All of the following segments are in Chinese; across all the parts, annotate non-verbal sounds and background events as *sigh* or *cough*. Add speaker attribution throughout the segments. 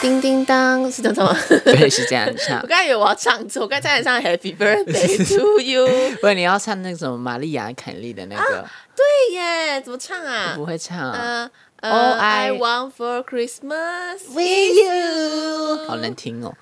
Speaker 1: 叮叮当是这样唱
Speaker 2: *laughs*
Speaker 1: 吗？ *laughs*
Speaker 2: 对，是这样唱
Speaker 1: 我。刚才以为我要唱错，我刚才差点唱 Happy Birthday to you。
Speaker 2: *laughs* 不然你要唱那个什么玛丽亚·凯莉的那个，
Speaker 1: 对耶，哎怎么唱啊？
Speaker 2: 不会唱，
Speaker 1: 呃呃、
Speaker 2: All I-
Speaker 1: I want for Christmas
Speaker 2: With
Speaker 1: you
Speaker 2: 好难。听哦。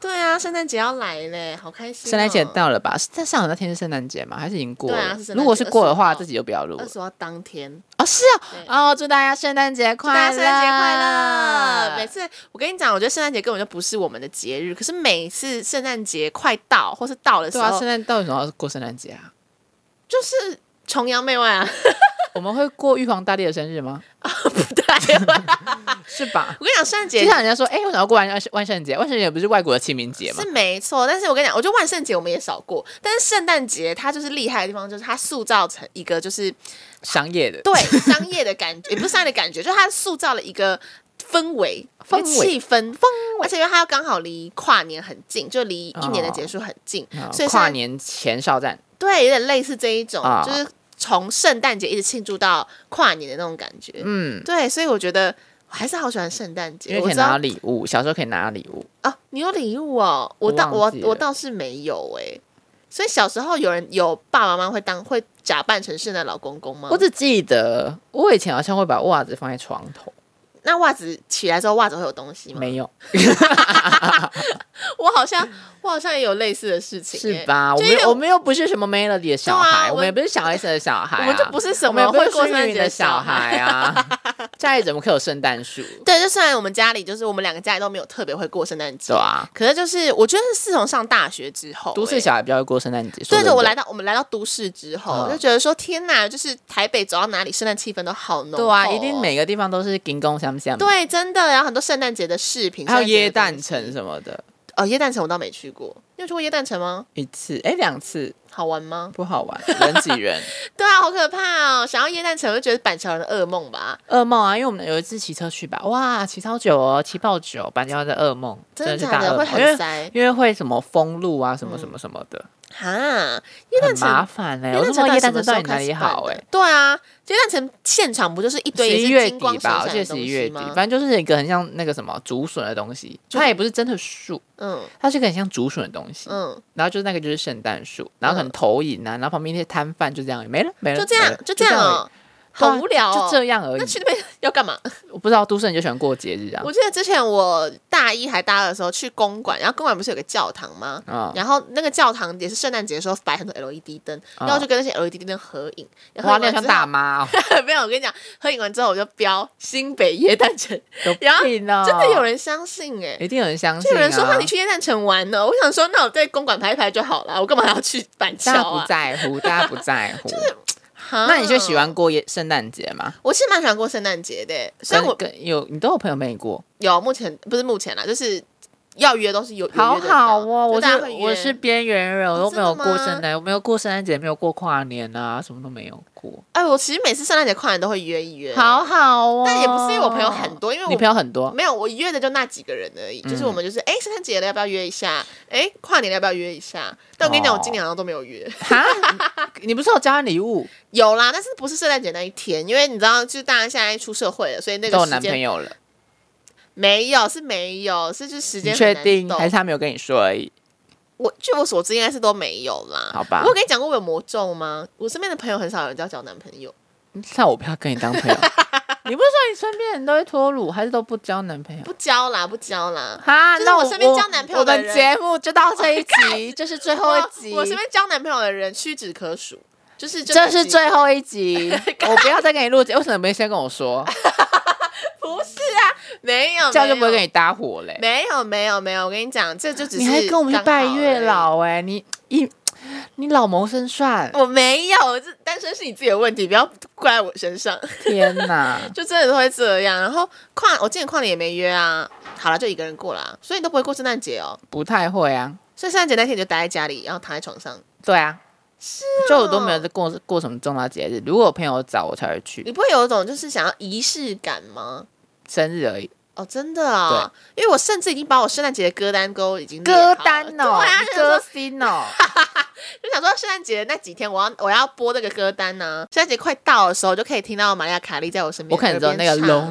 Speaker 1: 对啊，圣诞节要来嘞，好开心、
Speaker 2: 圣诞节。到了吧？是在上海那天是圣诞节吗？还是已经过
Speaker 1: 哦对啊
Speaker 2: 了
Speaker 1: 是圣诞？节
Speaker 2: 如果是过的话，
Speaker 1: 25
Speaker 2: 自己就不要录了
Speaker 1: 二。十号当天，
Speaker 2: 哦，是
Speaker 1: 对
Speaker 2: 啊，哦，祝大家圣诞节快
Speaker 1: 祝大家圣
Speaker 2: 乐！啊
Speaker 1: 诞节快乐！每次我跟你讲，我觉得圣诞节根本就不是我们的节日，可是每次圣诞节快到或是到的时
Speaker 2: 对啊，
Speaker 1: 候，
Speaker 2: 圣诞到底什么时候过圣诞节啊？
Speaker 1: 就是崇洋媚外啊， *laughs*
Speaker 2: 我们会过玉皇大帝的生日吗？
Speaker 1: 不对啊。
Speaker 2: 是吧？
Speaker 1: 我跟你讲，圣诞
Speaker 2: *laughs* 就
Speaker 1: 节
Speaker 2: 像人家说，哎，为什么要过万万万圣节？万圣节不是外国的清明节吗
Speaker 1: 是？没错，但是我跟你讲，我觉得万圣节我们也少过，但是圣诞节它就是厉害的地方，就是它塑造成一个就是
Speaker 2: 商业的，
Speaker 1: 对商业的感觉，也不是商业的感觉，就是它塑造了一个氛围、
Speaker 2: 氛围
Speaker 1: 一个气氛、氛围，而且因为它又刚好离跨年很近，就离一年的结束很近，
Speaker 2: 啊
Speaker 1: 所以
Speaker 2: 跨
Speaker 1: 像
Speaker 2: 年前哨战，
Speaker 1: 对有点类似这一种，
Speaker 2: 啊
Speaker 1: 就是从圣诞节一直庆祝到跨年的那种感觉。
Speaker 2: 嗯，
Speaker 1: 对，所以我觉得我还是好喜欢圣诞
Speaker 2: 因
Speaker 1: 节，
Speaker 2: 为
Speaker 1: 我
Speaker 2: 可以
Speaker 1: 知
Speaker 2: 拿到
Speaker 1: 道
Speaker 2: 礼物，小时候可以拿到礼物。
Speaker 1: 啊，你有礼物哦，我
Speaker 2: 我
Speaker 1: 倒我
Speaker 2: 忘记
Speaker 1: 我
Speaker 2: 了
Speaker 1: 倒是没有哎、所以小时候有人有爸爸妈妈会当会假扮成圣诞老公公吗？
Speaker 2: 我只记得我以前好像会把袜子放在床头，
Speaker 1: 那袜子起来之后袜子会有东西吗？
Speaker 2: 没有，
Speaker 1: *laughs* 我好像我好像也有类似的事情、欸，
Speaker 2: 是吧？我
Speaker 1: 就
Speaker 2: 们
Speaker 1: 因为
Speaker 2: 我们又不是什么 Melody 的小
Speaker 1: 对啊
Speaker 2: 孩，
Speaker 1: 我
Speaker 2: 我们也不是小 S 的小孩啊，
Speaker 1: 我们就不是什
Speaker 2: 我们
Speaker 1: 么
Speaker 2: 也不
Speaker 1: 会
Speaker 2: 是
Speaker 1: 过圣
Speaker 2: 幸
Speaker 1: 诞
Speaker 2: 运
Speaker 1: 节
Speaker 2: 的
Speaker 1: 小
Speaker 2: 小啊孩 *laughs* 啊，家里怎么可以有圣诞树？
Speaker 1: 对，就虽然我们家里就是我们两个家里都没有特别会过圣诞节
Speaker 2: 对，啊，
Speaker 1: 可是就是我觉得是自从上大学之后、
Speaker 2: 都市
Speaker 1: 欸
Speaker 2: 小孩比较会过圣诞节。说
Speaker 1: 对
Speaker 2: 真
Speaker 1: 着我来到我们来到都市之后，
Speaker 2: 嗯
Speaker 1: 就觉得说天哪，就是台北走到哪里，圣诞气氛都好浓、哦
Speaker 2: 对啊，一定。每个地方都是金工相像，，
Speaker 1: 对，真的，然后很多圣诞节的饰品，
Speaker 2: 还有
Speaker 1: 圣诞节
Speaker 2: 椰
Speaker 1: 的东
Speaker 2: 蛋
Speaker 1: 西
Speaker 2: 城什么的，
Speaker 1: 哦，椰蛋城我倒没去过，你有去过椰蛋城吗？
Speaker 2: 一次哎两次
Speaker 1: 好玩吗？
Speaker 2: 不好 *laughs* 玩，人挤人，
Speaker 1: 对啊，好可怕哦！想要椰蛋城，我就觉得板桥人的噩梦吧，
Speaker 2: 噩梦啊！因为我们有一次骑车去吧，哇，骑超久哦，骑爆久，板桥的噩梦，
Speaker 1: 真
Speaker 2: 的
Speaker 1: 的
Speaker 2: 是
Speaker 1: 假
Speaker 2: 大
Speaker 1: 的？会
Speaker 2: 噩梦，因为
Speaker 1: 很塞
Speaker 2: 因为会什么封路啊，什
Speaker 1: 嗯
Speaker 2: 么什么什么的，
Speaker 1: 哈？椰蛋
Speaker 2: 很麻
Speaker 1: 城，
Speaker 2: 烦哎、
Speaker 1: 椰
Speaker 2: 我
Speaker 1: 蛋
Speaker 2: 说
Speaker 1: 城什
Speaker 2: 椰蛋
Speaker 1: 么时
Speaker 2: 城到
Speaker 1: 候
Speaker 2: 底哪
Speaker 1: 开
Speaker 2: 里
Speaker 1: 始办
Speaker 2: 好哎、
Speaker 1: 的？对啊，椰蛋城现场不就是一堆
Speaker 2: 十
Speaker 1: 也
Speaker 2: 一
Speaker 1: 是
Speaker 2: 月
Speaker 1: 金光
Speaker 2: 底
Speaker 1: 闪
Speaker 2: 吧，
Speaker 1: 闪
Speaker 2: 我记
Speaker 1: 的
Speaker 2: 得十
Speaker 1: 东
Speaker 2: 一月
Speaker 1: 西
Speaker 2: 底，
Speaker 1: 吗？
Speaker 2: 反正就是一个很像那个什么竹笋的东西，它也不是真的树，
Speaker 1: 嗯
Speaker 2: 它是一个很像竹笋的东西。
Speaker 1: 嗯，
Speaker 2: 然后就是那个就是圣诞树，然后很投影啊，然后旁边那些摊贩就这样没了没了，
Speaker 1: 就这
Speaker 2: 没
Speaker 1: 样
Speaker 2: 了，
Speaker 1: 就这样
Speaker 2: 而已，
Speaker 1: 哦，好
Speaker 2: 对啊
Speaker 1: 无聊哦。
Speaker 2: 就这样而已
Speaker 1: 那。去那边 *laughs* 要干嘛？
Speaker 2: 我不知道都市人就喜欢过节日啊
Speaker 1: 我，记得之前我大一还大二的时候去公馆，然后公馆不是有个教堂吗？
Speaker 2: 啊，
Speaker 1: 然后那个教堂也是圣诞节的时候摆很多 LED 灯，
Speaker 2: 啊
Speaker 1: 然后就跟那些 LED 灯合影。然后
Speaker 2: 哇，
Speaker 1: 合
Speaker 2: 你好
Speaker 1: 影完
Speaker 2: 像大
Speaker 1: *laughs*
Speaker 2: 妈哦，
Speaker 1: 之后没有，我跟你讲，合影完之后我就标新北耶诞城，
Speaker 2: 有
Speaker 1: 然后
Speaker 2: 病哦，
Speaker 1: 真的有人相信哎、
Speaker 2: 一定有人相信
Speaker 1: 就有
Speaker 2: 啊，
Speaker 1: 人说那你去耶诞城玩呢，我想说那我在公馆拍一拍就好了，我干嘛还要去板桥
Speaker 2: 大家不
Speaker 1: 啊？
Speaker 2: 在乎，大家不在
Speaker 1: *laughs*
Speaker 2: 乎。
Speaker 1: 哈
Speaker 2: 那你就喜欢？过耶圣诞节吗？
Speaker 1: 我是蛮喜欢过圣诞节的欸，虽
Speaker 2: 跟
Speaker 1: 然我
Speaker 2: 跟有你都有朋友陪你过，
Speaker 1: 有目前不是目前啦，就是要约都是有有约
Speaker 2: 好
Speaker 1: 得到
Speaker 2: 好哦。
Speaker 1: 就
Speaker 2: 我
Speaker 1: 大
Speaker 2: 是
Speaker 1: 家会约
Speaker 2: 我是边缘人，我
Speaker 1: 哦
Speaker 2: 又没有
Speaker 1: 真的
Speaker 2: 过
Speaker 1: 吗
Speaker 2: 圣诞，我没有过圣诞节，没有过跨年啊，什么都没有过。
Speaker 1: 哎，我其实每次圣诞节跨年都会约一约，
Speaker 2: 好好哦，
Speaker 1: 但也不是因为我朋友很多，因为
Speaker 2: 你朋
Speaker 1: 我。
Speaker 2: 友
Speaker 1: *laughs*
Speaker 2: 很多，
Speaker 1: 哦没有，我约的就那几个人而已，
Speaker 2: 嗯
Speaker 1: 就是我们就是哎，圣诞节了要不要约一下？哎，跨年了要不要约一下？但我跟你讲，
Speaker 2: 哦
Speaker 1: 我今年好像都没有约， *laughs*
Speaker 2: 哈，你你不是有交换礼物
Speaker 1: 有啦，但是不是圣诞节那一天？因为你知道，就是大家现在出社会了，所以那
Speaker 2: 都
Speaker 1: 个
Speaker 2: 有
Speaker 1: 时
Speaker 2: 男朋
Speaker 1: 间
Speaker 2: 友了？
Speaker 1: 没有是没有，是就是时
Speaker 2: 你
Speaker 1: 间
Speaker 2: 确
Speaker 1: 很难
Speaker 2: 定
Speaker 1: 懂
Speaker 2: 还是他没有跟你说而已？
Speaker 1: 我据我所知应该是都没有啦。
Speaker 2: 好吧
Speaker 1: 我有跟你讲过我有魔咒吗？我身边的朋友很少有人交交男朋友，
Speaker 2: 那我不要跟你当朋
Speaker 1: *laughs*
Speaker 2: 友。你不是说你身边人都会脱乳，还是都不交男朋友？
Speaker 1: 不交啦，不交啦。
Speaker 2: 哈，
Speaker 1: 就是
Speaker 2: 那
Speaker 1: 我身边交男朋友
Speaker 2: 我
Speaker 1: 的
Speaker 2: 们
Speaker 1: 人
Speaker 2: 节目就到这一集，这是最后一
Speaker 1: *laughs*
Speaker 2: 集，
Speaker 1: 我我身边交男朋友的人屈指可数，就是就
Speaker 2: 这
Speaker 1: 那
Speaker 2: 是
Speaker 1: 几
Speaker 2: 最后
Speaker 1: *laughs*
Speaker 2: 一集，我不要再跟你录节，为什么没先跟我说？
Speaker 1: 不是啊，没有，
Speaker 2: 这样就不会跟
Speaker 1: 你。
Speaker 2: 你搭伙嘞。
Speaker 1: 没有没有没有，我跟你讲，这就只是
Speaker 2: 你还跟我们去拜月
Speaker 1: 刚好
Speaker 2: 老哎、你一你老谋深
Speaker 1: *laughs* 而，
Speaker 2: 算
Speaker 1: 已。我没有，我这单身是你自己的问题，不要怪在我身上。 *laughs*
Speaker 2: 天哪！
Speaker 1: 就真的都会这样，然后跨我今年跨年也没约啊，好了就一个人过啦，所以你都不会过圣诞节哦。
Speaker 2: 不太会啊。
Speaker 1: 所以圣诞节那天你就待在家里，然后躺在床上，
Speaker 2: 对啊，是、就我都
Speaker 1: 哦
Speaker 2: 没有在过过什么重大节日，如果我朋友找我才会去，
Speaker 1: 你不会有一种就是想要仪式感吗？
Speaker 2: 生日而已。
Speaker 1: 哦，真的啊、因为我甚至已经把我圣诞节的歌单都已经列好了啊
Speaker 2: 歌单哦，
Speaker 1: *laughs* 对啊，就想
Speaker 2: 歌
Speaker 1: 说
Speaker 2: 星哦，
Speaker 1: 就想想说圣诞节那几天，我要我要播这个歌单呢、圣诞节快到的时候，就可以听到玛利亚凯莉在我身边
Speaker 2: 我
Speaker 1: 耳边
Speaker 2: 看
Speaker 1: 唱。
Speaker 2: 你知道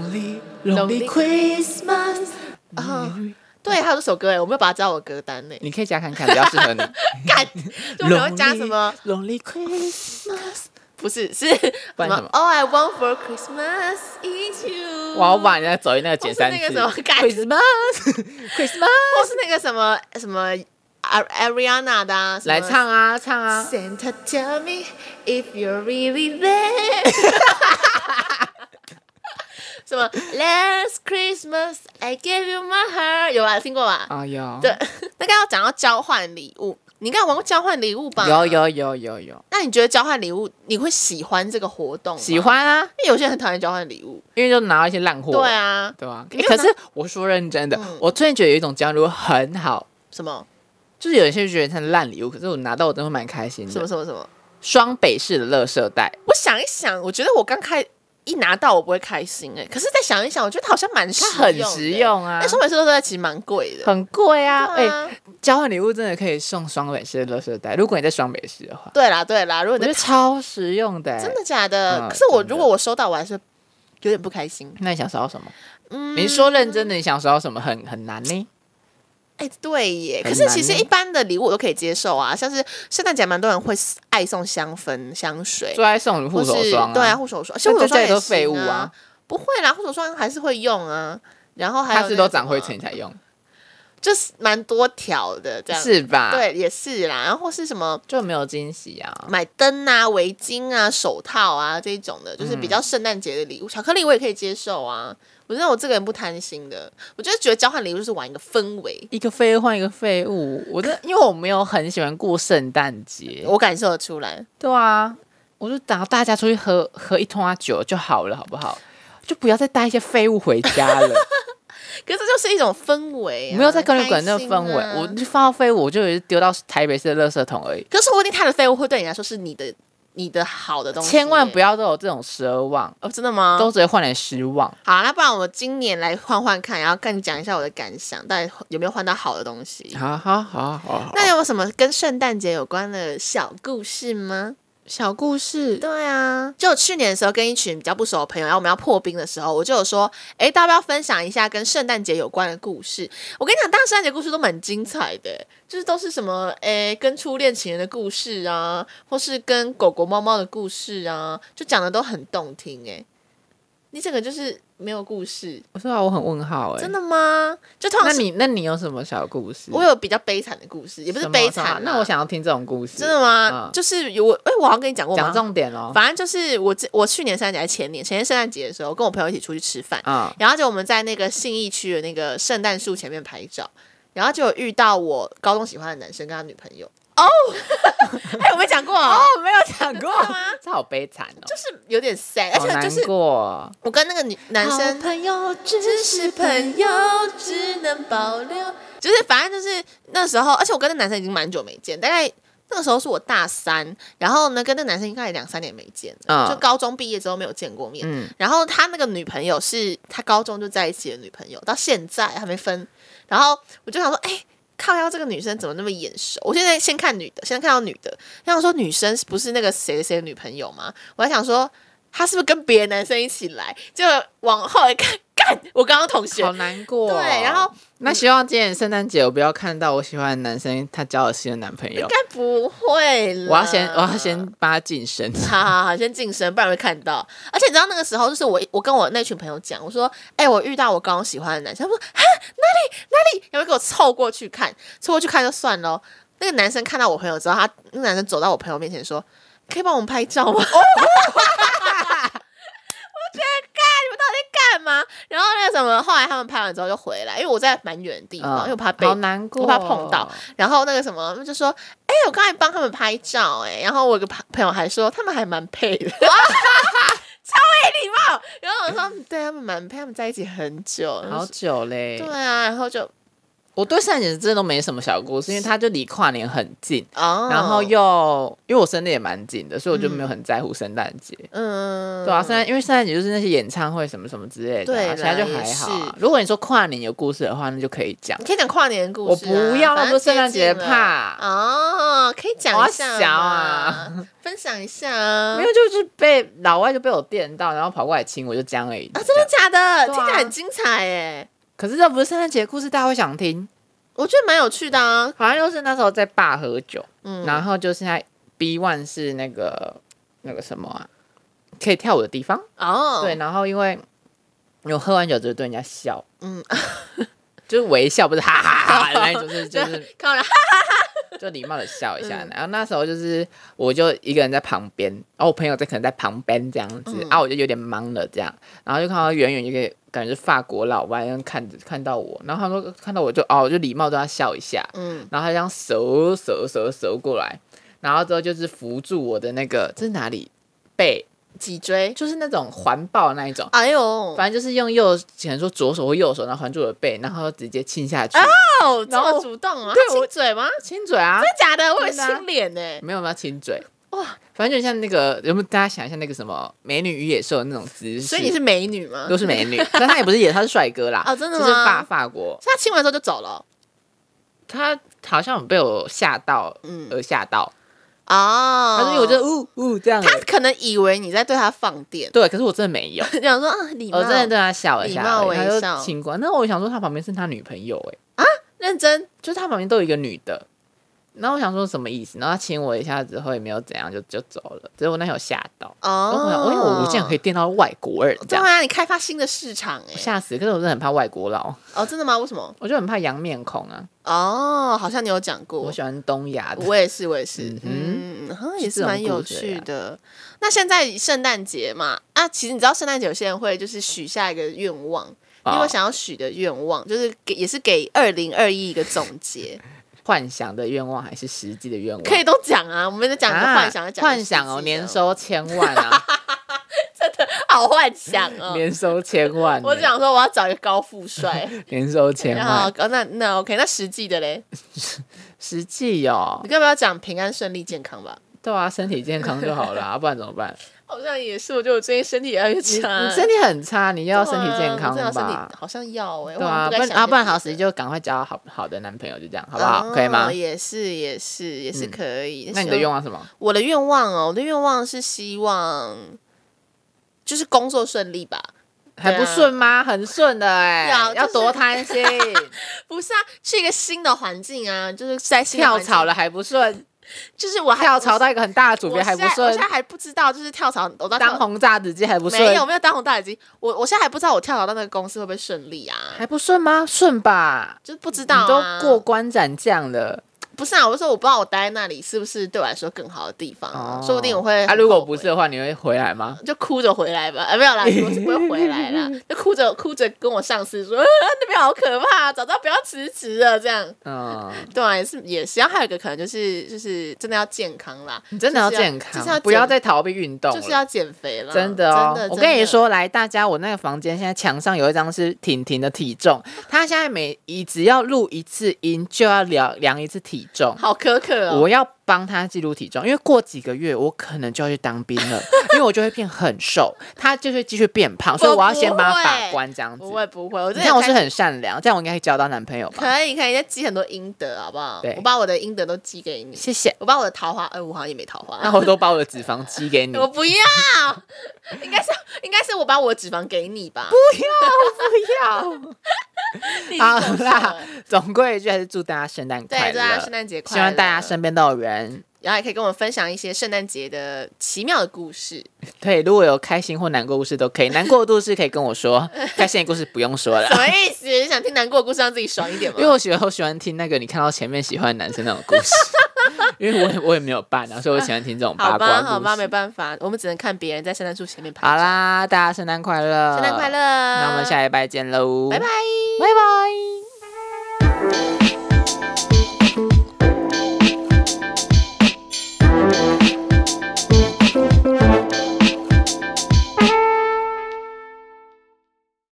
Speaker 2: 那个 Lonely
Speaker 1: Lonely
Speaker 2: Lonely
Speaker 1: *laughs*
Speaker 2: Christmas，
Speaker 1: 啊、对，还有这首歌哎，我没有把它加到我歌单呢。
Speaker 2: 你可以加看看，比较适
Speaker 1: *laughs*
Speaker 2: 合你。 *laughs*
Speaker 1: 干，就我们会加什么？
Speaker 2: Lonely Christmas？
Speaker 1: 不是，是什
Speaker 2: 不然什
Speaker 1: 么
Speaker 2: 么
Speaker 1: ？All I want for Christmas is you。
Speaker 2: *laughs* 我要把人家走音那个减三
Speaker 1: 哦或是那
Speaker 2: 次。
Speaker 1: 个什么干
Speaker 2: Christmas，Christmas，
Speaker 1: 或是那个什么什么 A- Ariana 的、啊，什么
Speaker 2: 来唱啊唱啊！
Speaker 1: Santa tell me if you're really there 。 *laughs* 什么 Last Christmas I gave you my heart 有吧？听过吧？
Speaker 2: 啊有
Speaker 1: 对， *laughs* 那个要讲到交换礼物，你应该有玩过交换礼物吧？
Speaker 2: 有。有有有有，
Speaker 1: 那你觉得交换礼物，你会喜欢这个活动吗？
Speaker 2: 喜，欢啊，
Speaker 1: 因为有些人很讨厌交换礼物。
Speaker 2: 因为就拿到一些烂货。
Speaker 1: 对啊，
Speaker 2: 对啊，
Speaker 1: 没
Speaker 2: 欸
Speaker 1: 有
Speaker 2: 可
Speaker 1: 拿
Speaker 2: 是我说认真的，
Speaker 1: 嗯
Speaker 2: 我最近觉得有一种交换礼物很好，
Speaker 1: 什么
Speaker 2: 就是有一些人觉得它是烂礼物，可是我拿到我真的会蛮开心
Speaker 1: 什么
Speaker 2: 的。
Speaker 1: 什么什么。
Speaker 2: 双北市的垃圾袋，
Speaker 1: 我想一想，我觉得我刚开一拿到我不会开心哎、可是再想一想，我觉得好像蛮实
Speaker 2: 它
Speaker 1: 用的
Speaker 2: 很实。用啊
Speaker 1: 但，双北市都在其实蛮贵的。
Speaker 2: 很贵啊。哎、
Speaker 1: 对啊
Speaker 2: 交换礼物真的可以送双北市的垃圾袋，如果你在双北市的话，
Speaker 1: 对啦对啦，如果
Speaker 2: 我觉
Speaker 1: 你
Speaker 2: 得
Speaker 1: 在
Speaker 2: 超实用的、欸。
Speaker 1: 真的假的？
Speaker 2: 嗯
Speaker 1: 可是我
Speaker 2: 真的
Speaker 1: 如果我收到，我还是有点不开心。
Speaker 2: 那你想收到什么？
Speaker 1: 嗯，
Speaker 2: 你说认真的，你想收到什么很很难呢？
Speaker 1: 哎、对耶。可
Speaker 2: 很
Speaker 1: 是
Speaker 2: 难
Speaker 1: 其实
Speaker 2: 呢
Speaker 1: 一般的礼物我都可以接受啊，像是圣诞节蛮多人会爱送香氛、香水，
Speaker 2: 最爱送你护
Speaker 1: 或
Speaker 2: 手
Speaker 1: 是
Speaker 2: 霜、啊，
Speaker 1: 对啊，，护手霜，其实
Speaker 2: 那
Speaker 1: 护手
Speaker 2: 这
Speaker 1: 霜
Speaker 2: 些
Speaker 1: 也
Speaker 2: 都废物
Speaker 1: 行啊
Speaker 2: 啊，
Speaker 1: 不会啦，护手霜还是会用啊。然后还有
Speaker 2: 它是
Speaker 1: 那
Speaker 2: 都
Speaker 1: 个什
Speaker 2: 长灰
Speaker 1: 么
Speaker 2: 尘，才用，
Speaker 1: 就是蛮多条的这样。
Speaker 2: 是啊吧？，
Speaker 1: 对，也是啦。然后或是什么
Speaker 2: 就没有惊喜啊。
Speaker 1: 买灯啊、围巾啊、手套啊这一种的，就是比
Speaker 2: 嗯
Speaker 1: 较圣诞节的礼物。巧克力我也可以接受啊，我知道我这个人不贪心的，我就是觉得交换礼物就是玩一个氛围，
Speaker 2: 一个废物换一个废物，我真的因为我没有很喜欢过圣诞节，
Speaker 1: 我感受得出来。
Speaker 2: 对啊，我就打大家出去喝喝一通啊酒就好了，好不好？就不要再带一些废物回
Speaker 1: *laughs*
Speaker 2: 家了。
Speaker 1: 啊可是这就是一种氛围、啊，
Speaker 2: 我没有在哥伦比亚那个
Speaker 1: 开心
Speaker 2: 氛围，
Speaker 1: 啊
Speaker 2: 我就放到废物，我就丢到台北市的垃圾桶而已。
Speaker 1: 可是我定他的废物会对你来说是你的你的好的东西耶，
Speaker 2: 千万不要都有这种奢望，
Speaker 1: 哦，真的吗？
Speaker 2: 都只会换来失望。
Speaker 1: 好，啊那不然我今年来换换看，然后跟你讲一下我的感想，到底有没有换到好的东西？
Speaker 2: 好好好好好。
Speaker 1: 那有没有什么跟圣诞节有关的小故事吗？
Speaker 2: 小故事，
Speaker 1: 对啊，就去年的时候跟一群比较不熟的朋友，然后我们要破冰的时候，我就有说，哎，大家要不要分享一下跟圣诞节有关的故事？我跟你讲，大家圣诞节故事都蛮精彩的，就是都是什么，哎，跟初恋情人的故事啊，或是跟狗狗、猫猫的故事啊，就讲的都很动听。哎，你整个就是没有故事，
Speaker 2: 我说啊，我很问号哎、
Speaker 1: 真的吗？就通
Speaker 2: 那
Speaker 1: 常是
Speaker 2: 你那你有什么小故事？
Speaker 1: 我有比较悲惨的故事，也不是
Speaker 2: 什么
Speaker 1: 悲
Speaker 2: 什么
Speaker 1: 惨啦，啊
Speaker 2: 那我想要听这种故事。
Speaker 1: 真的吗？
Speaker 2: 嗯
Speaker 1: 就是有我，哎，我好像跟你讲过吗？
Speaker 2: 讲重点哦。
Speaker 1: 反正就是我这我去年圣诞节还是前年，前年圣诞节的时候，跟我朋友一起出去吃饭，
Speaker 2: 啊、
Speaker 1: 然后就我们在那个信义区的那个圣诞树前面拍照，然后就有遇到我高中喜欢的男生跟他女朋友。哦， *laughs* 哎，我没讲过哦，
Speaker 2: 我没有讲过，这好悲惨哦，
Speaker 1: 就是有点 sad，
Speaker 2: 好
Speaker 1: 而且
Speaker 2: 难
Speaker 1: 就是
Speaker 2: 过。
Speaker 1: 我跟那个女男生
Speaker 2: 朋友只
Speaker 1: 只是朋友，只能保留。就是反正就是那时候，而且我跟那男生已经蛮久没见，大概那个时候是我大三，然后呢跟那男生应该也两三年没见了，
Speaker 2: 嗯
Speaker 1: 就高中毕业之后没有见过面。
Speaker 2: 嗯，
Speaker 1: 然后他那个女朋友是他高中就在一起的女朋友，到现在还没分。然后我就想说，哎、靠腰这个女生怎么那么眼熟？我现在先看女的，先看到女的，然后说女生是不是那个谁谁谁的女朋友吗？我还想说。她是不是跟别的男生一起来？就往后一看，干我刚刚同学
Speaker 2: 好难过。哦
Speaker 1: 对，然后
Speaker 2: 那希望今年圣诞节我不要看到我喜欢的男生他交了新的男朋
Speaker 1: 应
Speaker 2: 友
Speaker 1: 该，不会啦。
Speaker 2: 我要先我要先帮他晋升。
Speaker 1: *laughs* 好好好，先晋升，不然会看到。而且你知道那个时候，就是我我跟我那群朋友讲，我说，哎、我遇到我高中喜欢的男生，他们说，啊，哪里哪里，有没有给我凑过去看？凑过去看就算咯。那个男生看到我朋友之后，他那个男生走到我朋友面前说，可以帮我们拍照吗？我 *laughs* 觉得，干你们到底在干嘛？然后那个什么，后来他们拍完之后就回来，因为我在蛮远的地方，因为我怕被
Speaker 2: 嗯好难过，
Speaker 1: 我怕碰到。然后那个什么，他们就说：“哎、我刚才帮他们拍照、哎。”然后我有个朋朋友还说他们还蛮配的， *laughs* 超没礼貌。嗯然后我说：“对他们蛮配，他们在一起很久。然后
Speaker 2: 哦好
Speaker 1: 说
Speaker 2: 久嘞
Speaker 1: 对。啊，然后就
Speaker 2: 我对圣诞节真的都没什么小故事，因为它就离跨年很近，
Speaker 1: 哦，
Speaker 2: 然后又因为我生日也蛮近的，所以我就没有很在乎圣诞节。
Speaker 1: 嗯，
Speaker 2: 对啊，圣诞因为圣诞节就是那些演唱会什么什么之类的、
Speaker 1: 对
Speaker 2: 啊，
Speaker 1: 啦
Speaker 2: 其他就还好啊、如果你说跨年有故事的话，那就可以讲
Speaker 1: 你。可以讲跨年故
Speaker 2: 我
Speaker 1: 事、啊，
Speaker 2: 不要，那
Speaker 1: 反正
Speaker 2: 不是圣诞节
Speaker 1: 接近了
Speaker 2: 怕，
Speaker 1: 哦，可以讲一下
Speaker 2: 我要小
Speaker 1: 嘛
Speaker 2: 啊，
Speaker 1: 分享一下啊
Speaker 2: 没有就是被老外就被我电到，然后跑过来亲我，就这样而已。
Speaker 1: 啊，真的
Speaker 2: 这样
Speaker 1: 假的？
Speaker 2: 对啊
Speaker 1: 听起来很精彩哎，
Speaker 2: 可是这不是圣诞节故事，大家会想听。
Speaker 1: 我觉得蛮有趣的啊。
Speaker 2: 好像就是那时候在爸喝酒，
Speaker 1: 嗯，
Speaker 2: 然后就现在 B One 是那个那个什么啊，可以跳舞的地方。
Speaker 1: 哦， *laughs*
Speaker 2: 对，，然后因为我喝完酒就对人家笑，
Speaker 1: 嗯
Speaker 2: 嗯， *laughs* 就是微笑，不是哈哈
Speaker 1: *laughs*
Speaker 2: 哈哈的那一种，就是就是
Speaker 1: 看了，
Speaker 2: 就礼貌的笑一下。
Speaker 1: 嗯
Speaker 2: 然后那时候就是我就一个人在旁边，然后我朋友在可能在旁边这样子，
Speaker 1: 嗯
Speaker 2: 啊，我就有点懵了这样，然后就看到远远一个感觉是法国老外看着看到我，然后他说看到我就哦，我就礼貌对他笑一下，
Speaker 1: 嗯，
Speaker 2: 然后他这样折折折折过来，然后之后就是扶住我的那个这是哪里背，
Speaker 1: 脊椎，
Speaker 2: 就是那种环抱那一种。
Speaker 1: 哎呦，
Speaker 2: 反正就是用右，可能说左手或右手，然后环住我的背，然后直接亲下去，
Speaker 1: 哦，这
Speaker 2: 然
Speaker 1: 么
Speaker 2: 后
Speaker 1: 主动啊？
Speaker 2: 对
Speaker 1: 他亲
Speaker 2: 我
Speaker 1: 嘴吗？
Speaker 2: 亲嘴啊，
Speaker 1: 真的假的？我以为
Speaker 2: 真的啊
Speaker 1: 亲脸呢。
Speaker 2: 没有没有亲嘴，哇，反正就像那个，有没有大家想一下那个什么《美女与野兽》的那种姿势？
Speaker 1: 所以你是美女吗？
Speaker 2: 都是美
Speaker 1: *laughs*
Speaker 2: 女，但他也不是野，他是帅哥啦。
Speaker 1: 哦真的吗
Speaker 2: 就是法法国，
Speaker 1: 所以他亲完之后就走了哦。
Speaker 2: 他好像有被我吓到，
Speaker 1: 嗯，
Speaker 2: 呃吓到，
Speaker 1: 哦，
Speaker 2: 他是因为我就呜呜这样而已，
Speaker 1: 他可能以为你在对他放电，，
Speaker 2: 对，可是我真的没有
Speaker 1: 想说啊，礼貌，
Speaker 2: 哦我真的对他笑一下
Speaker 1: 礼貌
Speaker 2: 而
Speaker 1: 微
Speaker 2: 已，他
Speaker 1: 笑
Speaker 2: 就亲过来。那我想说，他旁边是他女朋友，哎，
Speaker 1: 认真，
Speaker 2: 就是他旁边都有一个女的。然后我想说什么意思？然后他亲我一下之后也没有怎样，就就走了。只是我那天有吓到，我想，
Speaker 1: 哦，
Speaker 2: 我因为我我竟然可以电到外国人这
Speaker 1: 对
Speaker 2: 样，
Speaker 1: 啊，你开发新的市场哎、
Speaker 2: 吓死！可是我真的很怕外国佬，
Speaker 1: 哦，真的吗？为什么？
Speaker 2: 我就很怕洋面孔啊。
Speaker 1: 哦，好像你有讲过
Speaker 2: 我，喜欢东亚的，
Speaker 1: 我也是，我也是，嗯
Speaker 2: 嗯
Speaker 1: 嗯，好像
Speaker 2: 是
Speaker 1: 也是
Speaker 2: 这种
Speaker 1: 蛮有
Speaker 2: 故事
Speaker 1: 趣
Speaker 2: 啊
Speaker 1: 的。那现在圣诞节嘛，啊，其实你知道圣诞节有些人会就是许下一个愿望，
Speaker 2: 哦
Speaker 1: 因为想要许的愿望就是给也是给二零二一一个总
Speaker 2: *laughs*
Speaker 1: 结，
Speaker 2: 幻想的愿望还是实际的愿望？
Speaker 1: 可以都讲啊，我们在讲一个
Speaker 2: 啊
Speaker 1: 幻想，再讲一个
Speaker 2: 幻想哦，
Speaker 1: 实际的
Speaker 2: 年收千万
Speaker 1: *laughs*
Speaker 2: 啊，
Speaker 1: 好幻想哦。
Speaker 2: *laughs* 年收千万呢，欸
Speaker 1: 我想说我要找一个高富
Speaker 2: *laughs*
Speaker 1: 帅，
Speaker 2: 年收千
Speaker 1: 然后
Speaker 2: 万，
Speaker 1: 哦那那 OK，那实际的嘞，
Speaker 2: 实际哦
Speaker 1: 你，要不要讲平安顺利健康吧？
Speaker 2: 对啊，身体健康就好了啊，不然怎么办？
Speaker 1: 好像也是，我觉得我最近身体越来越
Speaker 2: 你
Speaker 1: 差，
Speaker 2: 你身体很差，你要
Speaker 1: 对
Speaker 2: 身
Speaker 1: 啊
Speaker 2: 体健康
Speaker 1: 我真的要身
Speaker 2: 吧
Speaker 1: 体？好像要哎、欸，
Speaker 2: 对
Speaker 1: 我好像
Speaker 2: 啊，
Speaker 1: 不
Speaker 2: 不
Speaker 1: 该
Speaker 2: 然
Speaker 1: 想
Speaker 2: 啊，不然
Speaker 1: 这些
Speaker 2: 好实际就赶快交好好的男朋友，就这样，好
Speaker 1: 好
Speaker 2: 不好？可以吗？
Speaker 1: 也是，也是，也是
Speaker 2: 嗯
Speaker 1: 可以。
Speaker 2: 那你
Speaker 1: 希
Speaker 2: 的
Speaker 1: 望
Speaker 2: 愿望是什么？
Speaker 1: 我的愿望哦，我的愿望是希望就是工作顺利吧。
Speaker 2: 还不顺吗？很顺的哎
Speaker 1: 要，
Speaker 2: 要
Speaker 1: 啊就是
Speaker 2: 多
Speaker 1: *laughs*
Speaker 2: 贪心，
Speaker 1: 不是啊，去一个新的环境啊，就是在新的
Speaker 2: 跳
Speaker 1: 环境
Speaker 2: 槽了，还不顺，
Speaker 1: 就是我还
Speaker 2: 跳槽到一个很大的组
Speaker 1: 我
Speaker 2: 别还
Speaker 1: 现在
Speaker 2: 不
Speaker 1: 我
Speaker 2: 顺
Speaker 1: 现在，还不知道，就是跳槽我到
Speaker 2: 当
Speaker 1: 跳
Speaker 2: 红炸子鸡还不顺，
Speaker 1: 没有没有当红大眼睛，我我现在还不知道我跳槽到那个公司会不会顺利啊，
Speaker 2: 还不顺吗？顺吧，
Speaker 1: 就是不知道、
Speaker 2: 你都
Speaker 1: 啊、
Speaker 2: 过关斩将了
Speaker 1: 不是啊，我是说我不知道我待在那里是不是对我来说更好的地方啊、
Speaker 2: 哦
Speaker 1: 说不定我会
Speaker 2: 啊！
Speaker 1: 很
Speaker 2: 如果
Speaker 1: 后
Speaker 2: 不
Speaker 1: 悔
Speaker 2: 是的话，你会回来吗？
Speaker 1: 就哭着回来吧，啊，没
Speaker 2: *laughs*
Speaker 1: 有啦，我是不会回来啦，就哭着哭着跟我上司说，啊、那边好可怕，早知道不要辞职了，这样，
Speaker 2: 嗯，
Speaker 1: 对啊，也是也是，然后还有一个可能就是就是真的要健康啦，
Speaker 2: 你真的
Speaker 1: *laughs*
Speaker 2: 要
Speaker 1: 就是
Speaker 2: 健
Speaker 1: 就是要
Speaker 2: 康，不要
Speaker 1: 减
Speaker 2: 再逃避运动
Speaker 1: 就是
Speaker 2: 了
Speaker 1: 要减肥啦，
Speaker 2: 真的哦
Speaker 1: 真的，
Speaker 2: 我跟你，
Speaker 1: 真的
Speaker 2: 说，来大家，我那个房间现在墙上有一张是婷婷的体重，她现在每一只要录一次音就要量量一次体重，
Speaker 1: 好可可哦，
Speaker 2: 我要帮他记录体重，因为过几个月我可能就要去当兵了，因为我就会变很瘦，他就会继续变胖，所以我要先帮他把关这样子
Speaker 1: 不。会不会，我
Speaker 2: 你
Speaker 1: 真的
Speaker 2: 看我是
Speaker 1: 开
Speaker 2: 很善良，这样我应该可以交到男朋友吧？
Speaker 1: 可以可以，再积很多阴德好不好
Speaker 2: 对？
Speaker 1: 我把我的阴德都积给你，*laughs*
Speaker 2: 谢谢。
Speaker 1: 我把我的桃花，哎、我好像也没桃花，
Speaker 2: 那我都把我的脂肪寄给
Speaker 1: *laughs*
Speaker 2: 你，
Speaker 1: 我不要，应该是应该是我把我的脂肪给你吧， *laughs*
Speaker 2: 不
Speaker 1: 你已经
Speaker 2: 要。好
Speaker 1: 够瘦
Speaker 2: 啦
Speaker 1: 了，
Speaker 2: 总归一句还是祝大家圣诞
Speaker 1: 对，
Speaker 2: 快乐，
Speaker 1: 祝大家圣诞节快
Speaker 2: 希
Speaker 1: 乐！
Speaker 2: 望大家，身边都有人。
Speaker 1: 然后也可以跟我们分享一些圣诞节的奇妙的故 *laughs* 事。
Speaker 2: 对，如果有开心或难过的故事都可以，难过的故事可以跟我 *laughs* 说，开心的故事不用说
Speaker 1: 什
Speaker 2: 了。
Speaker 1: 么意思？你想听难过的故事，让自己爽一点 *laughs* 吗
Speaker 2: 因为？我喜欢我喜欢听那个你看到前面喜欢的男生那种故事， *laughs* 因为我也我也没有办啊，所以我喜欢听这种
Speaker 1: 好
Speaker 2: 八卦
Speaker 1: 吧，
Speaker 2: 故事。
Speaker 1: 好吧，没办法，我们只能看别人在圣诞树前面拍。
Speaker 2: 好，啦，大家圣诞快乐，
Speaker 1: 圣诞快乐！
Speaker 2: 那
Speaker 1: 那
Speaker 2: 我们下礼拜见喽，
Speaker 1: 拜拜。
Speaker 2: 拜拜。